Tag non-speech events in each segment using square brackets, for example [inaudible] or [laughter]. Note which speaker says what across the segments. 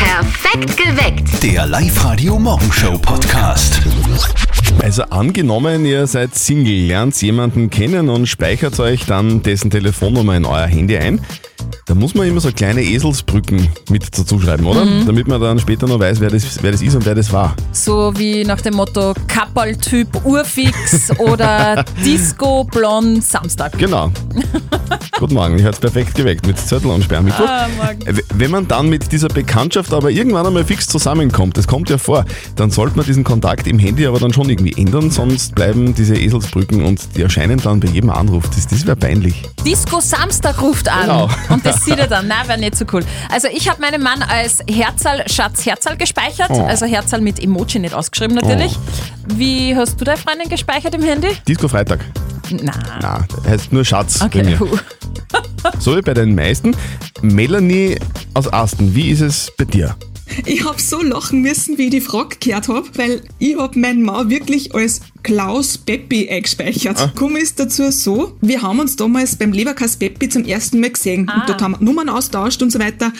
Speaker 1: Perfekt geweckt.
Speaker 2: Der Live-Radio Morgenshow Podcast.
Speaker 3: Also angenommen, ihr seid Single, lernt jemanden kennen und speichert euch dann dessen Telefonnummer in euer Handy ein. Da muss man immer so kleine Eselsbrücken mit dazu schreiben, oder?
Speaker 4: Mhm.
Speaker 3: Damit man dann später noch weiß, wer das, wer das ist und wer das war.
Speaker 4: So wie nach dem Motto
Speaker 3: [laughs]
Speaker 4: Kapperl-Typ Urfix oder Disco Blond Samstag. [laughs]
Speaker 3: Genau. Guten Morgen, ich hab's perfekt geweckt mit Zettel und Sperrmittwoch.
Speaker 4: Ah, Morgen.
Speaker 3: W- Wenn man dann mit dieser Bekanntschaft aber irgendwann einmal fix zusammenkommt, das kommt ja vor, dann sollte man diesen Kontakt im Handy aber dann schon irgendwie ändern, sonst bleiben diese Eselsbrücken und die erscheinen dann bei jedem Anruf. Das, das wäre peinlich.
Speaker 4: Disco Samstag ruft an.
Speaker 3: Genau.
Speaker 4: Und das sieht er dann. Na, wäre nicht so cool. Also ich habe meinen Mann als Herzal Schatz Herzal gespeichert.
Speaker 3: Oh.
Speaker 4: Also Herzal mit Emoji nicht ausgeschrieben natürlich. Wie hast du deine Freundin gespeichert im Handy?
Speaker 3: Disco Freitag.
Speaker 4: Na.
Speaker 3: Na, heißt nur Schatz bei
Speaker 4: Okay.
Speaker 3: mir.
Speaker 4: puh.
Speaker 3: So wie bei den meisten. Melanie aus Asten, wie ist es bei dir?
Speaker 5: Ich hab so lachen müssen, wie ich die Frage gehört hab, weil ich hab meinen Mann wirklich als Klaus Peppi eingespeichert. Komme ist dazu so, wir haben uns damals beim Leberkass Peppi zum ersten Mal gesehen
Speaker 4: Ah.
Speaker 5: und dort haben wir Nummern austauscht und so weiter.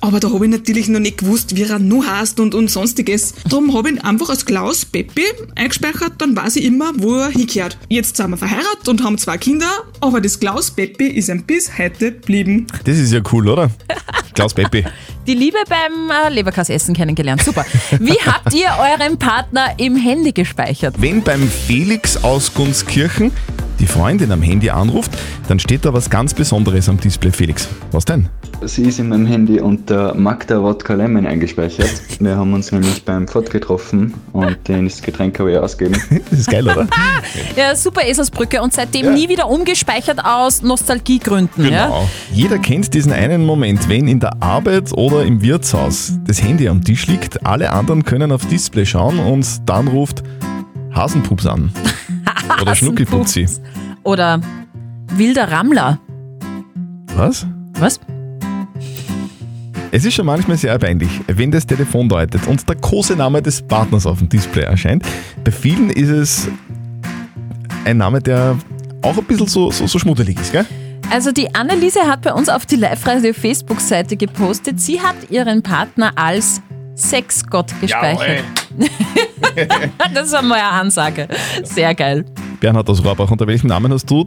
Speaker 5: Aber da hab ich natürlich noch nicht gewusst, wie er nur heißt und, und sonstiges. Darum hab ich ihn einfach als Klaus Peppi eingespeichert, dann weiß ich immer, wo er hingehört. Jetzt sind wir verheiratet und haben zwei Kinder, aber das Klaus Peppi ist ein bis heute geblieben.
Speaker 3: Das ist ja cool,
Speaker 4: [laughs]
Speaker 3: oder? Klaus Peppi.
Speaker 4: Die Liebe beim äh, Leberkassessen kennengelernt. Super. Wie habt ihr euren Partner im Handy gespeichert?
Speaker 3: Wenn beim Felix aus Gunskirchen die Freundin am Handy anruft, dann steht da was ganz Besonderes am Display, Felix. Was denn?
Speaker 6: Sie ist in meinem Handy unter Magda Wodka Lemon eingespeichert. Wir haben uns nämlich beim Ford getroffen und den ist Getränk habe ich ausgegeben.
Speaker 3: Das ist geil, oder?
Speaker 4: Ja, super Eselsbrücke und seitdem
Speaker 3: Ja.
Speaker 4: nie wieder umgespeichert aus Nostalgiegründen. [laughs] Ja?
Speaker 3: Genau. Jeder kennt diesen einen Moment, wenn in der Arbeit oder im Wirtshaus das Handy am Tisch liegt, alle anderen können aufs Display schauen und dann ruft Hasenpups an. Oder Schnuckelputzi.
Speaker 4: Oder wilder Rammler.
Speaker 3: Was?
Speaker 4: Was?
Speaker 3: Es ist schon manchmal sehr peinlich, wenn das Telefon deutet und der Kosename des Partners auf dem Display erscheint. Bei vielen ist es ein Name, der auch ein bisschen so, so, so schmuddelig ist, gell?
Speaker 4: Also die Anneliese hat bei uns auf die Live-Radio Facebook-Seite gepostet, sie hat ihren Partner als Sexgott gespeichert. [laughs] das war mal eine Ansage. Sehr geil.
Speaker 3: Bernhard aus Rohrbach, unter welchem Namen hast du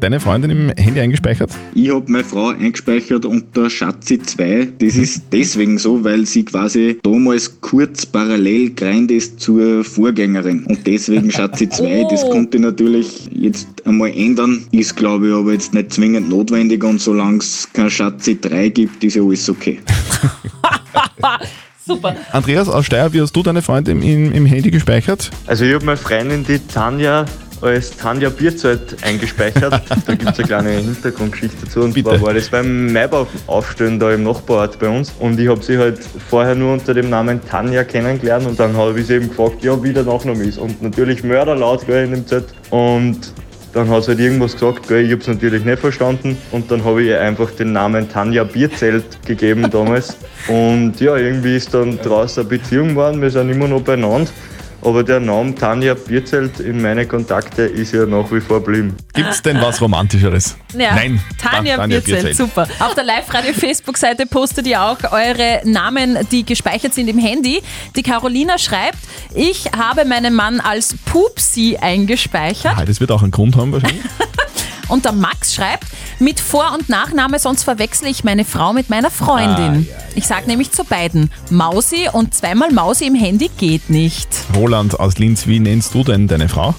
Speaker 3: deine Freundin im Handy eingespeichert?
Speaker 7: Ich habe meine Frau eingespeichert unter Schatzi 2. Das ist deswegen so, weil sie quasi damals kurz parallel gerannt ist zur Vorgängerin. Und deswegen Schatzi 2, das
Speaker 4: Oh.
Speaker 7: konnte ich natürlich jetzt einmal ändern. Ist glaube ich aber jetzt nicht zwingend notwendig und solange es kein Schatzi 3 gibt, ist ja alles okay.
Speaker 4: Super.
Speaker 3: Andreas aus Steyr, wie hast du deine Freundin im, im Handy gespeichert?
Speaker 6: Also ich habe meine Freundin, die Tanja, als Tanja Bierzeit eingespeichert. Da gibt es eine kleine Hintergrundgeschichte dazu. Und
Speaker 3: Bitte.
Speaker 6: zwar war das beim Maibach-Aufstellen da im Nachbarort bei uns. Und ich habe sie halt vorher nur unter dem Namen Tanja kennengelernt. Und dann habe ich sie eben gefragt, ja, wie der Nachname ist. Und natürlich mörderlaut gell, in dem Chat. Und dann hat sie halt irgendwas gesagt, gell, ich habe es natürlich nicht verstanden. Und dann habe ich ihr einfach den Namen Tanja Bierzelt gegeben damals. Und ja, irgendwie ist dann daraus eine Beziehung geworden. Wir sind immer noch beieinander. Aber der Name Tanja Bierzelt in meine Kontakte ist ja nach wie vor blieben.
Speaker 3: Gibt's denn was Romantischeres?
Speaker 4: Ja,
Speaker 3: Nein.
Speaker 4: Tanja,
Speaker 3: Ta-
Speaker 4: Tanja Bierzelt,
Speaker 3: Bierzelt.
Speaker 4: super. Auf der Live-Radio-Facebook-Seite postet ihr auch eure Namen, die gespeichert sind im Handy. Die Carolina schreibt, ich habe meinen Mann als Pupsi eingespeichert.
Speaker 3: Ah, das wird auch einen Grund haben wahrscheinlich.
Speaker 4: Und der Max schreibt, mit Vor- und Nachname, sonst verwechsle ich meine Frau mit meiner Freundin.
Speaker 3: Ah,
Speaker 4: Ich sage nämlich zu beiden, Mausi und zweimal Mausi im Handy geht nicht.
Speaker 3: Roland aus Linz, wie nennst du denn deine Frau?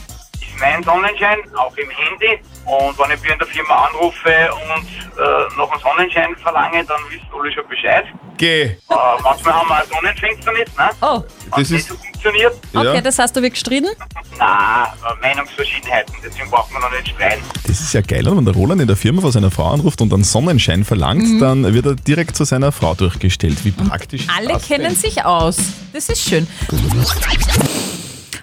Speaker 8: mein Sonnenschein, auch im Handy. Und wenn ich bei in der Firma anrufe und äh, nach einem Sonnenschein verlange, dann wissen alle schon Bescheid.
Speaker 3: Geh.
Speaker 8: Äh, manchmal haben wir auch Sonnenfinsternis, ne? Wenn
Speaker 4: Oh,
Speaker 3: Das
Speaker 8: das
Speaker 3: ist-
Speaker 8: nicht so funktioniert,
Speaker 4: okay,
Speaker 3: Ja,
Speaker 4: das hast du wirklich gestritten?
Speaker 8: na, äh, Meinungsverschiedenheiten, deswegen braucht man noch nicht streiten.
Speaker 3: das ist ja geil, oder? wenn der Roland in der Firma vor seiner Frau anruft und einen Sonnenschein verlangt,
Speaker 4: Mhm.
Speaker 3: dann wird er direkt zu seiner Frau durchgestellt. Wie praktisch. ist
Speaker 4: Alle
Speaker 3: das
Speaker 4: kennen
Speaker 3: denn?
Speaker 4: sich aus. Das ist schön.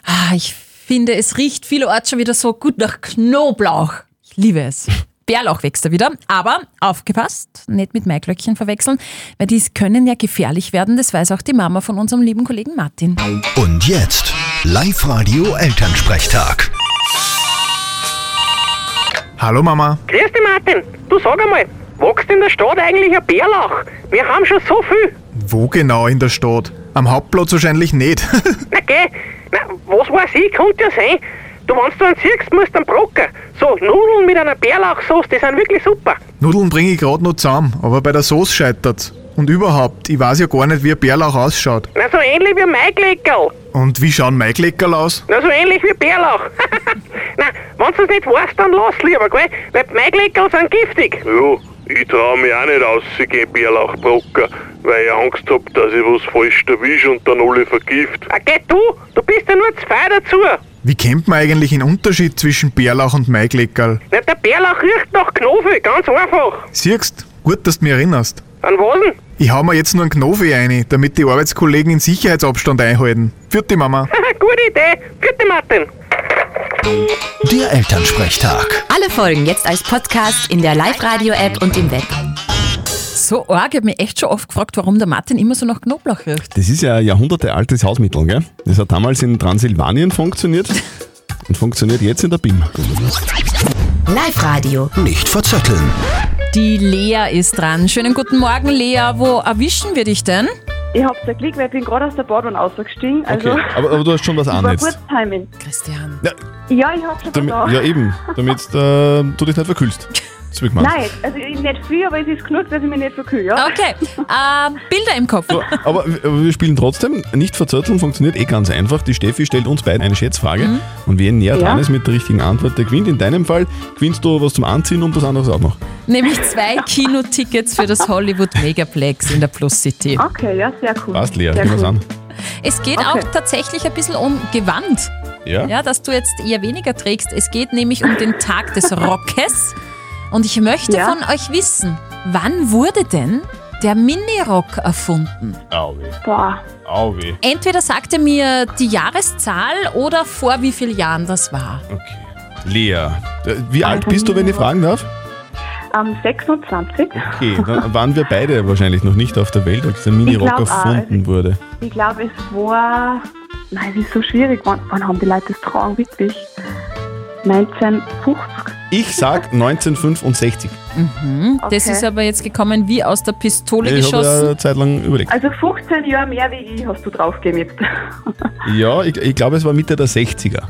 Speaker 4: Ah, ich finde, es riecht vielerorts schon wieder so gut nach Knoblauch. Ich liebe es. Bärlauch wächst da wieder, aber aufgepasst, nicht mit Maiglöckchen verwechseln, weil die können ja gefährlich werden, das weiß auch die Mama von unserem lieben Kollegen Martin.
Speaker 2: Und jetzt Live-Radio Elternsprechtag.
Speaker 9: Hallo Mama.
Speaker 10: Grüß dich, Martin. Du sag einmal, wächst in der Stadt eigentlich ein Bärlauch? Wir haben schon so viel.
Speaker 1: Wo genau in der Stadt? Am Hauptplatz wahrscheinlich nicht.
Speaker 9: Na geh, na, was weiß ich, könnte ja sein. Du, wenn du einen siehst, musst du einen Brocken. So, Nudeln mit einer Bärlauchsauce, die sind wirklich super.
Speaker 1: Nudeln bringe ich gerade noch zusammen, aber bei der Sauce scheitert's. Und überhaupt, ich weiß ja gar nicht, wie ein Bärlauch ausschaut.
Speaker 9: Na, so ähnlich wie Maigleckerl.
Speaker 1: Und wie schauen Maigleckerl aus?
Speaker 9: Na, so ähnlich wie Bärlauch. [laughs] na, wenn du es nicht weißt, dann lass lieber, gell? Weil die Maigleckerl sind giftig.
Speaker 10: Ja, ich traue mich auch nicht rauszugehen, Bärlauchbrocker, weil ich Angst hab, dass ich was falsch erwische und dann alle vergift.
Speaker 9: Ah, geh du, du bist ja nur zu fein dazu.
Speaker 1: Wie kennt man eigentlich den Unterschied zwischen Bärlauch und Maigleckerl?
Speaker 9: Na, der Bärlauch riecht nach Knofel, ganz einfach.
Speaker 1: Siehst, gut, dass du mich erinnerst.
Speaker 9: An was denn?
Speaker 1: Ich hau mir jetzt nur einen Knofi rein, damit die Arbeitskollegen den Sicherheitsabstand einhalten. Für die Mama.
Speaker 9: [laughs] Gute Idee. Vierte Martin.
Speaker 2: Der Elternsprechtag.
Speaker 11: Alle Folgen jetzt als Podcast in der Live-Radio-App und im Web.
Speaker 4: So arg, ich habe mich echt schon oft gefragt, warum der Martin immer so nach Knoblauch riecht.
Speaker 3: Das ist ja ein jahrhundertealtes Hausmittel, gell? Das hat damals in Transsilvanien funktioniert und funktioniert jetzt in der BIM.
Speaker 11: Live-Radio.
Speaker 2: Nicht verzetteln.
Speaker 4: Die Lea ist dran. Schönen guten Morgen, Lea. Wo erwischen wir dich denn?
Speaker 12: Ich hab's ja Glück, weil ich bin gerade aus der Badwanne rausgestiegen. Also,
Speaker 3: Okay,
Speaker 12: [laughs]
Speaker 3: aber, aber du hast schon was
Speaker 12: war
Speaker 3: an
Speaker 12: gut
Speaker 3: jetzt.
Speaker 12: Timing.
Speaker 4: Christian.
Speaker 3: Ja,
Speaker 12: Ja, ich hab schon
Speaker 3: damit,
Speaker 12: was
Speaker 3: ja eben, damit äh, du dich nicht verkühlst. Das hab ich gemeint.
Speaker 12: Nein, also ich nicht viel, aber es ist genug, dass ich mich nicht verkühle. Ja?
Speaker 4: Okay, äh, Bilder im Kopf.
Speaker 3: Aber w- aber wir spielen trotzdem. Nicht verzötteln funktioniert eh ganz einfach. Die Steffi stellt uns beiden eine Schätzfrage. Und wer näher dran
Speaker 12: Mhm. Ja.
Speaker 3: ist mit der richtigen Antwort, der gewinnt. In deinem Fall gewinnst du was zum Anziehen und was anderes auch noch.
Speaker 4: Nämlich zwei Kinotickets für das Hollywood Megaplex in der Plus City.
Speaker 12: Okay, ja, sehr cool.
Speaker 3: Passt, Lea,
Speaker 12: sehr
Speaker 3: gehen wir's
Speaker 12: cool.
Speaker 3: an.
Speaker 4: Es geht
Speaker 12: Ah, Okay.
Speaker 4: auch tatsächlich ein bisschen um Gewand,
Speaker 3: Ja?
Speaker 4: ja, dass du jetzt eher weniger trägst. Es geht nämlich um den Tag des Rockes. Und ich möchte
Speaker 12: Ja.
Speaker 4: von euch wissen, wann wurde denn der Mini-Rock erfunden?
Speaker 3: Au weh,
Speaker 12: Boah,
Speaker 3: au weh.
Speaker 4: Entweder sagt ihr mir die Jahreszahl oder vor wie vielen Jahren das war.
Speaker 3: Okay. Lea, äh, wie alt bist du, wenn ich fragen darf?
Speaker 12: am 26.
Speaker 3: Okay, dann waren wir beide wahrscheinlich noch nicht auf der Welt, als der
Speaker 12: glaub
Speaker 3: Mini-Rock
Speaker 12: auch.
Speaker 3: erfunden wurde.
Speaker 12: Ich glaube, es war. Nein, es ist so schwierig. Wann, wann haben die Leute das Trauen wirklich? 1950.
Speaker 3: Ich sag 1965.
Speaker 4: Das
Speaker 12: Okay.
Speaker 4: ist aber jetzt gekommen wie aus der Pistole
Speaker 3: Ich habe ja
Speaker 4: geschossen.
Speaker 3: eine Zeit lang überlegt.
Speaker 12: Also 15 Jahre mehr wie ich hast du draufgegeben jetzt.
Speaker 3: Ja, ich, ich glaube, es war Mitte der 60er.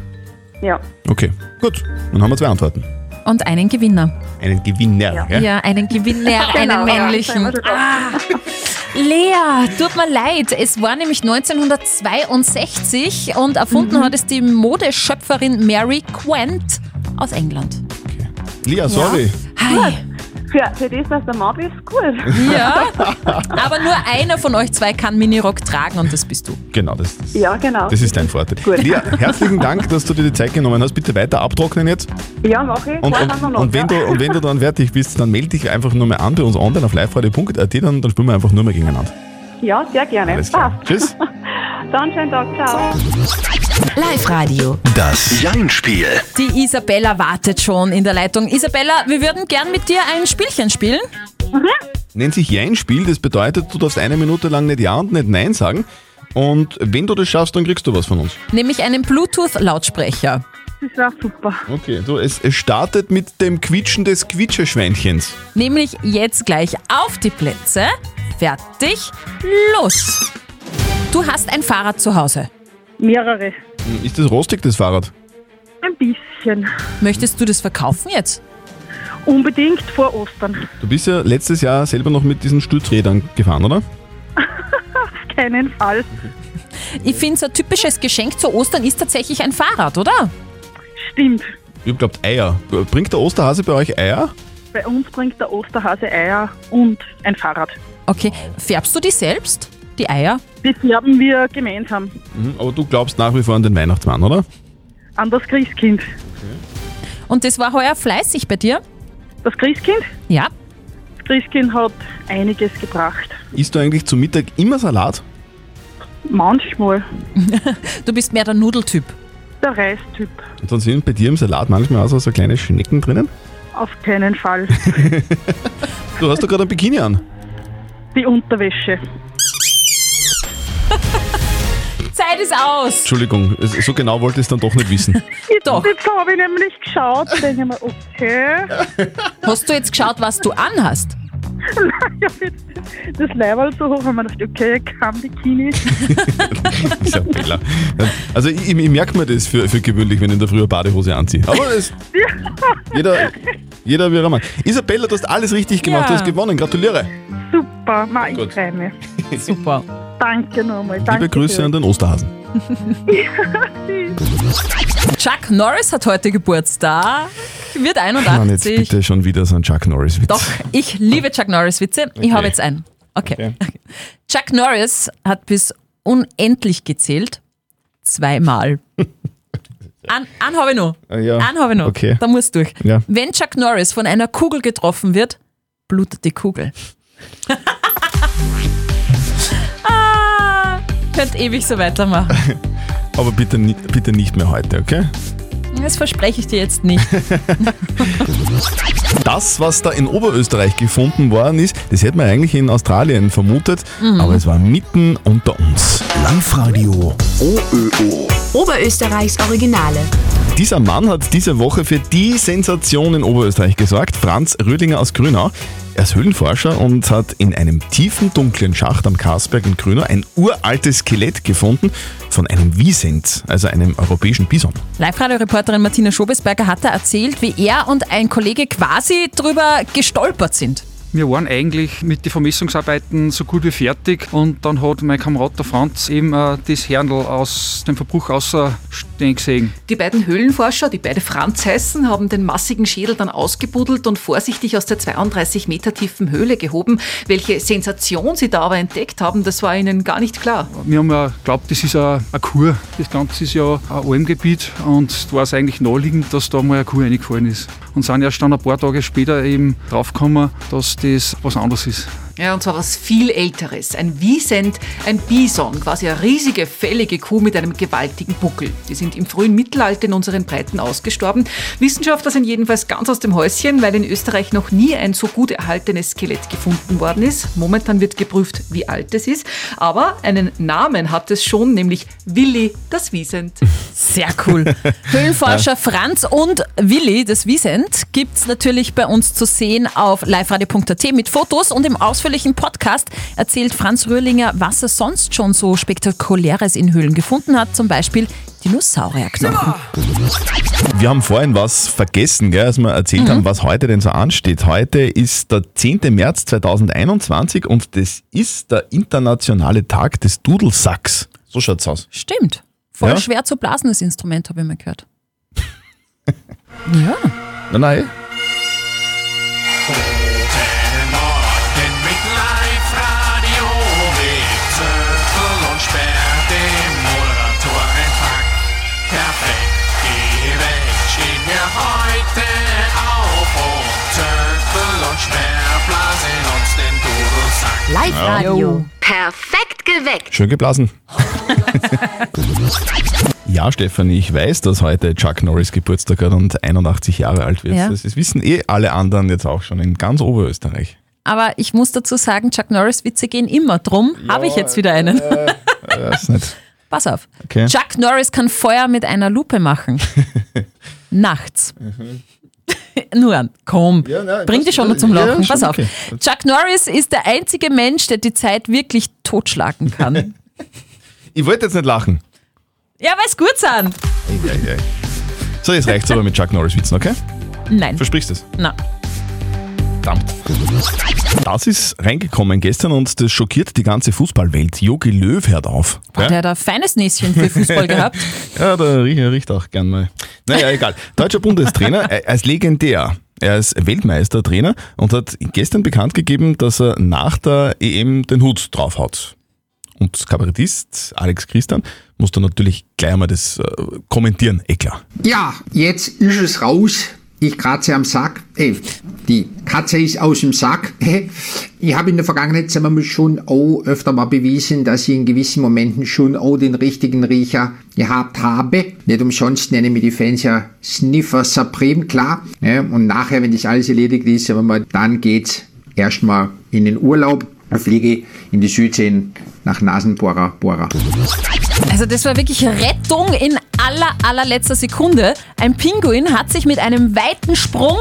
Speaker 12: ja.
Speaker 3: Okay, gut. Dann haben wir zwei Antworten.
Speaker 4: Und einen Gewinner.
Speaker 3: Einen Gewinner,
Speaker 4: Ja,
Speaker 3: gell?
Speaker 4: einen Gewinner,
Speaker 12: [laughs] Genau,
Speaker 4: einen
Speaker 12: ja, das
Speaker 4: männlichen. Ah.
Speaker 12: haben wir schon drauf.
Speaker 4: Lea, tut mir leid. Es war nämlich 1962 und
Speaker 12: Mhm.
Speaker 4: erfunden hat es die Modeschöpferin Mary Quant aus England.
Speaker 3: Lea, sorry.
Speaker 4: Hi.
Speaker 12: Für, für das, dass der Mann bist, gut. [laughs]
Speaker 4: Ja. Aber nur einer von euch zwei kann Minirock tragen und das bist du.
Speaker 3: Genau, das, das,
Speaker 12: Ja, genau.
Speaker 3: das ist dein Vorteil.
Speaker 12: Gut.
Speaker 3: Lea, herzlichen Dank, dass du dir die Zeit genommen hast. Bitte weiter abtrocknen jetzt.
Speaker 12: Ja, mache ich.
Speaker 3: Und,
Speaker 12: Zwei
Speaker 3: und,
Speaker 12: haben wir noch,
Speaker 3: und, wenn,
Speaker 12: ja.
Speaker 3: du, und wenn du dann fertig bist, dann melde dich einfach nur mal an bei uns online auf liveradio.at, dann, dann spielen wir einfach nur mal gegeneinander.
Speaker 12: Ja, sehr gerne.
Speaker 3: Alles klar.
Speaker 12: Passt.
Speaker 3: Tschüss.
Speaker 12: Dann schönen Tag. Ciao.
Speaker 11: Live-Radio.
Speaker 2: Das Jein-Spiel.
Speaker 4: Die Isabella wartet schon in der Leitung. Isabella, wir würden gern mit dir ein Spielchen spielen.
Speaker 3: Nennt sich Jein-Spiel, das bedeutet, du darfst eine Minute lang nicht Ja und nicht Nein sagen. Und wenn du das schaffst, dann kriegst du was von uns.
Speaker 4: Nämlich einen Bluetooth-Lautsprecher.
Speaker 12: Das war super.
Speaker 3: Okay, du, es, es startet mit dem Quietschen des Quietscheschweinchens.
Speaker 4: Nämlich jetzt gleich auf die Plätze. Fertig, los! Du hast ein Fahrrad zu Hause.
Speaker 12: Mehrere.
Speaker 3: Ist das rostig, das Fahrrad?
Speaker 12: Ein bisschen.
Speaker 4: Möchtest du das verkaufen jetzt?
Speaker 12: Unbedingt vor Ostern.
Speaker 3: Du bist ja letztes Jahr selber noch mit diesen Stützrädern gefahren, oder?
Speaker 12: Auf keinen Fall.
Speaker 4: Ich finde, so ein typisches Geschenk zu Ostern ist tatsächlich ein Fahrrad, oder?
Speaker 12: Stimmt.
Speaker 3: Ich glaubt Eier. Bringt der Osterhase bei euch Eier?
Speaker 12: Bei uns bringt der Osterhase Eier und ein Fahrrad.
Speaker 4: Okay, färbst du die selbst? Die Eier?
Speaker 12: Die färben wir gemeinsam
Speaker 3: Mhm, aber du glaubst nach wie vor an den Weihnachtsmann, oder?
Speaker 12: an das Christkind.
Speaker 4: Und das war heuer fleißig bei dir?
Speaker 12: Das Christkind?
Speaker 4: Ja.
Speaker 12: Das Christkind hat einiges gebracht.
Speaker 3: Isst du eigentlich zum Mittag immer Salat?
Speaker 12: Manchmal
Speaker 4: Du bist mehr der Nudeltyp.
Speaker 12: der Reistyp.
Speaker 3: Und dann sind bei dir im Salat manchmal auch so, so kleine Schnecken drinnen.
Speaker 12: Auf keinen Fall.
Speaker 3: Du hast doch gerade ein Bikini an.
Speaker 12: Die Unterwäsche.
Speaker 4: Zeit ist aus!
Speaker 3: Entschuldigung, es- so genau wollte ich es dann doch nicht
Speaker 13: [laughs]
Speaker 3: wissen.
Speaker 4: Doch.
Speaker 12: Jetzt habe ich nämlich geschaut. denke ich mir, okay.
Speaker 3: [laughs]
Speaker 4: Hast du jetzt geschaut, was du anhast?
Speaker 13: Nein, ich hab jetzt das Leiberl so hoch, und mir gedacht, okay, kein Bikini.
Speaker 3: Isabella. Also ich, ich merke mir das für, für gewöhnlich, wenn ich in der Früh eine Badehose anziehe. Aber es, jeder, jeder wie er mag. Isabella, du hast alles richtig gemacht,
Speaker 13: Ja.
Speaker 3: du hast gewonnen. Gratuliere.
Speaker 13: Super, Mann, ich freue mich.
Speaker 4: Super.
Speaker 13: Danke nochmal. danke
Speaker 3: Liebe Grüße an den Osterhasen.
Speaker 4: Chuck Norris hat heute Geburtstag, wird
Speaker 3: Kann man jetzt
Speaker 4: 81.
Speaker 3: bitte schon wieder so einen Chuck Norris-Witz?
Speaker 4: Doch, ich liebe Chuck Norris-Witze. Ich
Speaker 3: Okay.
Speaker 4: habe jetzt einen. Okay. okay. [laughs] Chuck Norris hat bis unendlich gezählt.
Speaker 3: [laughs]
Speaker 4: Zweimal. An, an habe ich noch.
Speaker 3: Ah, ja.
Speaker 4: An habe ich noch.
Speaker 3: Okay.
Speaker 4: Da musst du durch.
Speaker 3: Ja.
Speaker 4: Wenn Chuck Norris von einer Kugel getroffen wird, blutet
Speaker 3: [laughs]
Speaker 4: die Kugel. ah, könnt ewig so weitermachen.
Speaker 3: Aber bitte, ni- bitte nicht mehr heute, okay?
Speaker 4: Das verspreche ich dir jetzt nicht.
Speaker 3: Das, was da in Oberösterreich gefunden worden ist, das hätte man eigentlich in Australien vermutet,
Speaker 11: Mhm.
Speaker 3: aber es war mitten unter uns. Live-Radio OÖO.
Speaker 11: Oberösterreichs Originale.
Speaker 3: Dieser Mann hat diese Woche für die Sensation in Oberösterreich gesorgt. Franz Rödlinger aus Grünau. Er ist Höhlenforscher und hat in einem tiefen, dunklen Schacht am Karsberg in Grünau ein uraltes Skelett gefunden von einem Wiesent, also einem europäischen Bison.
Speaker 4: Live-Radio-Reporterin Martina Schobesberger hat da erzählt, wie er und ein Kollege quasi drüber gestolpert sind.
Speaker 5: Wir waren eigentlich mit den Vermessungsarbeiten so gut wie fertig und dann hat mein Kamerad der Franz eben äh, das Herndl aus dem Verbruch außerstehen gesehen.
Speaker 14: Die beiden Höhlenforscher, die beide Franz heißen, haben den massigen Schädel dann ausgebuddelt und vorsichtig aus der 32 Meter tiefen Höhle gehoben. Welche Sensation sie da aber entdeckt haben, das war ihnen gar nicht klar.
Speaker 5: Wir haben ja geglaubt, das ist eine, eine Kur. Das Ganze ist ja ein Almgebiet und da war es eigentlich naheliegend, dass da mal eine Kur reingefallen ist. Und sind erst dann ein paar Tage später eben draufgekommen, dass das was anderes ist.
Speaker 14: Ja, und zwar was viel Älteres. Ein Wiesent, ein Bison, quasi eine riesige, fällige Kuh mit einem gewaltigen Buckel. Die sind im frühen Mittelalter in unseren Breiten ausgestorben. Wissenschaftler sind jedenfalls ganz aus dem Häuschen, weil in Österreich noch nie ein so gut erhaltenes Skelett gefunden worden ist. Momentan wird geprüft, wie alt es ist. Aber einen Namen hat es schon, nämlich Willi das Wiesent.
Speaker 4: Sehr cool. Höhlenforscher Franz und Willi, das Wiesent, gibt's natürlich bei uns zu sehen auf liveradio.at mit Fotos und im ausführlichen Podcast erzählt Franz Röhrlinger, was er sonst schon so Spektakuläres in Höhlen gefunden hat, zum Beispiel Dinosaurierknochen.
Speaker 3: Wir haben vorhin was vergessen, gell, als wir erzählt haben, was heute denn so ansteht. Heute ist der 10. März 2021 und das ist der internationale Tag des Dudelsacks. So schaut's aus.
Speaker 4: Stimmt. Voll
Speaker 3: Ja?
Speaker 4: schwer zu blasen, das Instrument, habe ich mal gehört.
Speaker 3: Nein, nein.
Speaker 15: Radio mit Zettel und Sperr, dem Moderatorenpack. Perfekt, geh weg, stehen wir heute auf und Zettel und Sperr blasen uns den Dudelsack.
Speaker 11: Live-Radio. Perfekt geweckt.
Speaker 3: Schön geblasen. ja, Stefanie, ich weiß, dass heute Chuck Norris Geburtstag hat und 81 Jahre alt wird.
Speaker 4: Ja.
Speaker 3: Das, das wissen eh alle anderen jetzt auch schon in ganz Oberösterreich.
Speaker 4: Aber ich muss dazu sagen, Chuck Norris Witze gehen immer drum. habe ich jetzt wieder einen.
Speaker 3: Ich weiß nicht.
Speaker 4: Pass auf.
Speaker 3: Okay.
Speaker 4: Chuck Norris kann Feuer mit einer
Speaker 3: [laughs]
Speaker 4: Lupe machen. Nachts. [laughs] Nur an. Komm. Bring dich schon noch zum
Speaker 3: ja,
Speaker 4: Lachen.
Speaker 3: schon,
Speaker 4: Pass auf.
Speaker 3: okay.
Speaker 4: Chuck Norris ist der einzige Mensch, der die Zeit wirklich
Speaker 3: [laughs]
Speaker 4: totschlagen kann.
Speaker 3: Ich wollte jetzt nicht lachen.
Speaker 4: ja, weil's gut sein.
Speaker 3: Ei, ei, ei. So, jetzt reicht's aber mit Chuck Norris Witzen, okay?
Speaker 4: Nein.
Speaker 3: Versprichst es?
Speaker 4: Na.
Speaker 3: Verdammt. Das ist reingekommen gestern und das schockiert die ganze Fußballwelt. Jogi Löw hört auf.
Speaker 4: Boah,
Speaker 3: gell?
Speaker 4: Der hat ein feines Näschen
Speaker 3: [laughs]
Speaker 4: für Fußball gehabt.
Speaker 3: ja, der Riecher riecht auch gern mal. Naja, egal. Deutscher [laughs] Bundestrainer, er ist legendär. Er ist Weltmeistertrainer und hat gestern bekannt gegeben, dass er nach der EM den Hut drauf hat. Und Kabarettist Alex Christian musste natürlich gleich einmal das äh, kommentieren, eh klar.
Speaker 12: Ja, jetzt ist es raus. Ich kratze am Sack. Äh, die Katze ist aus dem Sack. [laughs] Ich habe in der Vergangenheit sagen wir mal, schon auch öfter mal bewiesen, dass ich in gewissen Momenten schon auch den richtigen Riecher gehabt habe. Nicht umsonst nennen mir die Fans ja Sniffer Supreme, klar. Ja, und nachher, wenn das alles erledigt ist, sagen wir mal, dann geht's erstmal in den Urlaub. Dann fliege ich in die Südsee nach Nasenbohrer. Bohrer.
Speaker 4: Also das war wirklich Rettung in aller, allerletzter Sekunde. Ein Pinguin hat sich mit einem weiten Sprung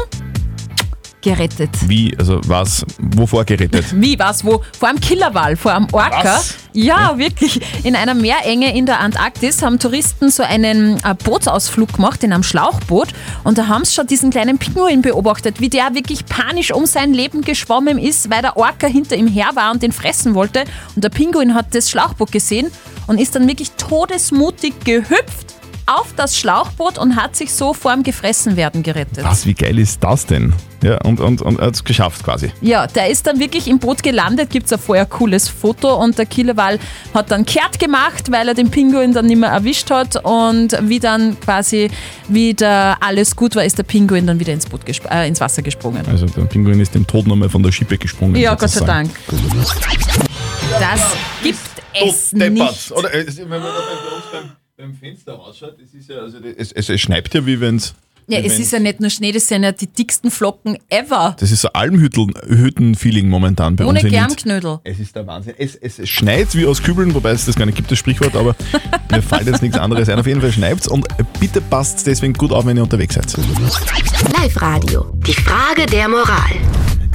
Speaker 4: gerettet.
Speaker 3: Wie, also was, wovor gerettet?
Speaker 4: Wie, was, wo? Vor einem Killerwal, vor einem Orca.
Speaker 3: Was?
Speaker 4: Ja, wirklich. In einer Meerenge in der Antarktis haben Touristen so einen äh, Bootsausflug gemacht in einem Schlauchboot und da haben sie schon diesen kleinen Pinguin beobachtet, wie der wirklich panisch um sein Leben geschwommen ist, weil der Orca hinter ihm her war und ihn fressen wollte. Und der Pinguin hat das Schlauchboot gesehen und ist dann wirklich todesmutig gehüpft auf das Schlauchboot und hat sich so vorm Gefressenwerden gerettet.
Speaker 3: Was, wie geil ist das denn? Ja, und, und, und hat es geschafft quasi.
Speaker 4: Ja, der ist dann wirklich im Boot gelandet, gibt es ein vorher cooles Foto und der Killerwal hat dann kehrt gemacht, weil er den Pinguin dann nicht mehr erwischt hat und wie dann quasi wieder alles gut war, ist der Pinguin dann wieder ins, Boot gesp- äh, ins Wasser gesprungen.
Speaker 3: Also der Pinguin ist dem Tod nochmal von der Schippe gesprungen.
Speaker 4: Ja, Gott sei
Speaker 3: sozusagen.
Speaker 4: Das gibt es nicht.
Speaker 3: Oder, äh, wenn man da bei uns beim, beim Fenster rausschaut, es ist ja, also es, es, es schneit ja wie wenn's.
Speaker 4: Ja,
Speaker 3: wie
Speaker 4: es
Speaker 3: wenn-
Speaker 4: ist ja nicht nur Schnee, das sind ja die dicksten Flocken ever.
Speaker 3: Das ist so Almhütten-Feeling momentan bei
Speaker 4: Ohne
Speaker 3: uns in Linz.
Speaker 4: Germknödel.
Speaker 3: Es ist der Wahnsinn. Es, es, es schneit wie aus Kübeln, wobei es das gar nicht gibt, das Sprichwort, aber
Speaker 4: [laughs]
Speaker 3: mir fällt jetzt nichts anderes ein. Auf jeden Fall schneit's und bitte passt deswegen gut auf, wenn ihr unterwegs seid.
Speaker 11: Live-Radio. Die Frage der Moral.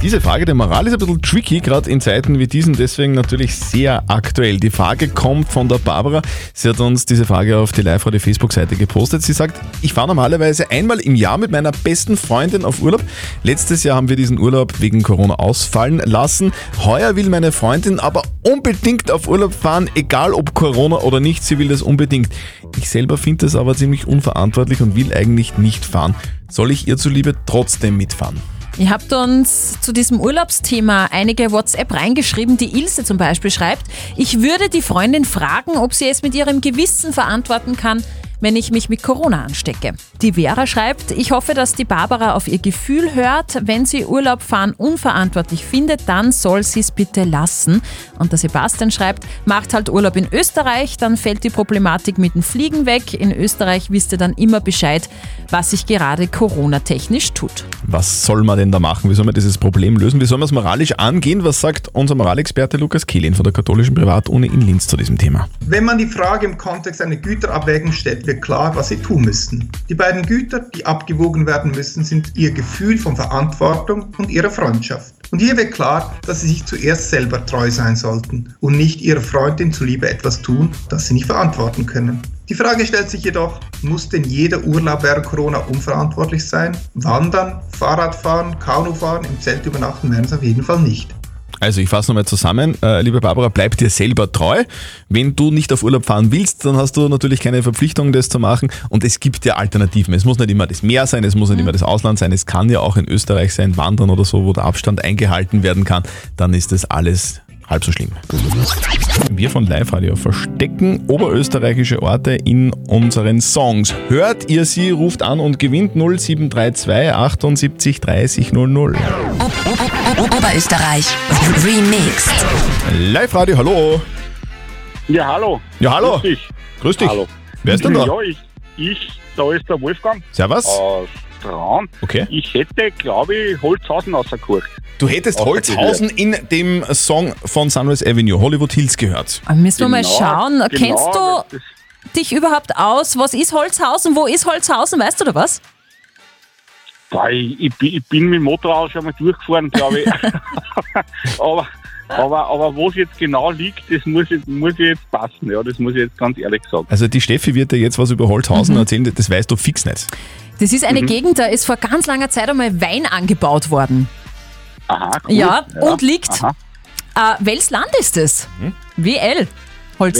Speaker 3: Diese Frage der Moral ist ein bisschen tricky, gerade in Zeiten wie diesen, deswegen natürlich sehr aktuell. Die Frage kommt von der Barbara. Sie hat uns diese Frage auf die Live-Radio Facebook-Seite gepostet. Sie sagt, ich fahre normalerweise einmal im Jahr mit meiner besten Freundin auf Urlaub. Letztes Jahr haben wir diesen Urlaub wegen Corona ausfallen lassen. Heuer will meine Freundin aber unbedingt auf Urlaub fahren, egal ob Corona oder nicht, sie will das unbedingt. Ich selber finde das aber ziemlich unverantwortlich und will eigentlich nicht fahren. Soll ich ihr zuliebe trotzdem mitfahren?
Speaker 4: Ihr habt uns zu diesem Urlaubsthema einige WhatsApp reingeschrieben. Die Ilse zum Beispiel schreibt, ich würde die Freundin fragen, ob sie es mit ihrem Gewissen verantworten kann, wenn ich mich mit Corona anstecke. Die Vera schreibt, ich hoffe, dass die Barbara auf ihr Gefühl hört. Wenn sie Urlaub fahren unverantwortlich findet, dann soll sie es bitte lassen. Und der Sebastian schreibt, macht halt Urlaub in Österreich, dann fällt die Problematik mit dem Fliegen weg. In Österreich wisst ihr dann immer Bescheid, was sich gerade Corona-technisch tut.
Speaker 3: Was soll man denn da machen? Wie soll man dieses Problem lösen? Wie soll man es moralisch angehen? Was sagt unser Moralexperte Lukas Kehlin von der katholischen Privatuni in Linz zu diesem Thema?
Speaker 16: Wenn man die Frage im Kontext einer Güterabwägung stellt, wird klar, was sie tun müssten. Die beiden Güter, die abgewogen werden müssen, sind ihr Gefühl von Verantwortung und ihre Freundschaft. Und hier wird klar, dass sie sich zuerst selber treu sein sollten und nicht ihrer Freundin zuliebe etwas tun, das sie nicht verantworten können. Die Frage stellt sich jedoch, muss denn jeder Urlaub während Corona unverantwortlich sein? Wandern, Fahrradfahren, Kanufahren, im Zelt übernachten wären es auf jeden Fall nicht.
Speaker 3: Also ich fasse nochmal zusammen. Äh, liebe Barbara, bleib dir selber treu. Wenn du nicht auf Urlaub fahren willst, dann hast du natürlich keine Verpflichtung, das zu machen. Und es gibt ja Alternativen. Es muss nicht immer das Meer sein, es muss nicht immer das Ausland sein. Es kann ja auch in Österreich sein, Wandern oder so, wo der Abstand eingehalten werden kann. Dann ist das alles halb so schlimm. Wir von Live Radio verstecken oberösterreichische Orte in unseren Songs. Hört ihr sie, ruft an und gewinnt 0732 78 30 00.
Speaker 11: Oberösterreich. Remixed.
Speaker 3: Live Radio, hallo!
Speaker 17: Ja, hallo.
Speaker 3: Ja, hallo.
Speaker 17: Grüß dich.
Speaker 3: Grüß dich.
Speaker 17: Hallo.
Speaker 3: Wer ist denn da?
Speaker 17: Ja, Äh, ich, ich, da ist der Wolfgang.
Speaker 3: Servus.
Speaker 17: Aus Traun.
Speaker 3: Okay.
Speaker 17: Ich hätte, glaube ich, Holzhausen ausgekocht.
Speaker 3: Du hättest
Speaker 17: äh,
Speaker 3: Holzhausen in dem Song von Sunrise Avenue, Hollywood Hills, gehört.
Speaker 17: Genau,
Speaker 4: Müssen wir
Speaker 12: Genau,
Speaker 4: mal schauen. Kennst du dich überhaupt aus? Was ist Holzhausen? Wo ist Holzhausen? Weißt du da was?
Speaker 17: Boah, ich, ich, bin- ich bin mit dem Motorrad schon mal durchgefahren, glaube
Speaker 4: [laughs]
Speaker 17: ich. aber, aber, aber wo es jetzt genau liegt, das muss, jetzt- muss jetzt passen. Ja, das muss ich jetzt ganz ehrlich sagen.
Speaker 3: Also die Steffi wird dir jetzt was über Holzhausen
Speaker 4: Mhm.
Speaker 3: erzählen, das weißt du fix nicht.
Speaker 4: Das ist eine
Speaker 3: Mhm.
Speaker 4: Gegend, da ist vor ganz langer Zeit einmal Wein angebaut worden.
Speaker 17: Aha,
Speaker 4: Ja, und liegt.
Speaker 17: Aha.
Speaker 4: Äh, welches Land ist das? WL.
Speaker 17: Welches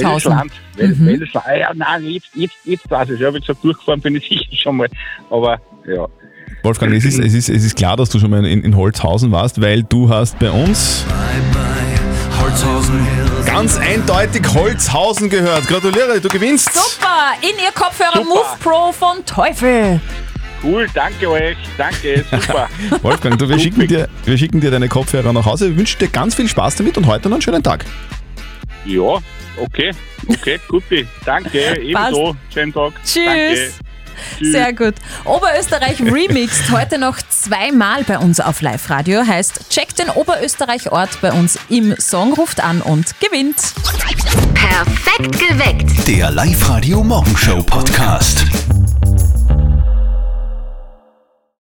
Speaker 4: Holzhausen. Mhm.
Speaker 17: Land? Wel, welches Land? Ah Ja, nein, jetzt, jetzt, jetzt weiß ich. Ja, wie gesagt, durchgefahren bin ich [laughs] sicher schon mal. Aber ja.
Speaker 3: Wolfgang, es ist, es, ist, es ist klar, dass du schon mal in, in Holzhausen warst, weil du hast bei uns
Speaker 18: Holzhausen.
Speaker 3: ganz eindeutig Holzhausen gehört. Gratuliere, du gewinnst.
Speaker 4: Super! In ihr Kopfhörer Move Pro von Teufel.
Speaker 17: Cool, danke euch. Danke,
Speaker 4: [laughs]
Speaker 17: super.
Speaker 3: Wolfgang, du, wir, schicken dir, wir schicken dir deine Kopfhörer nach Hause. Wir wünschen dir ganz viel Spaß damit und heute noch einen schönen Tag.
Speaker 17: ja, okay, okay, guti. Danke, ebenso. Schönen Tag.
Speaker 4: Tschüss.
Speaker 17: Danke. Tschüss.
Speaker 4: Sehr gut.
Speaker 17: [laughs]
Speaker 4: Oberösterreich Remixed heute noch zweimal bei uns auf Live-Radio. Heißt, checkt den Oberösterreich-Ort bei uns im Song, ruft an und gewinnt.
Speaker 11: Perfekt geweckt.
Speaker 2: Der Live-Radio Morgenshow Podcast.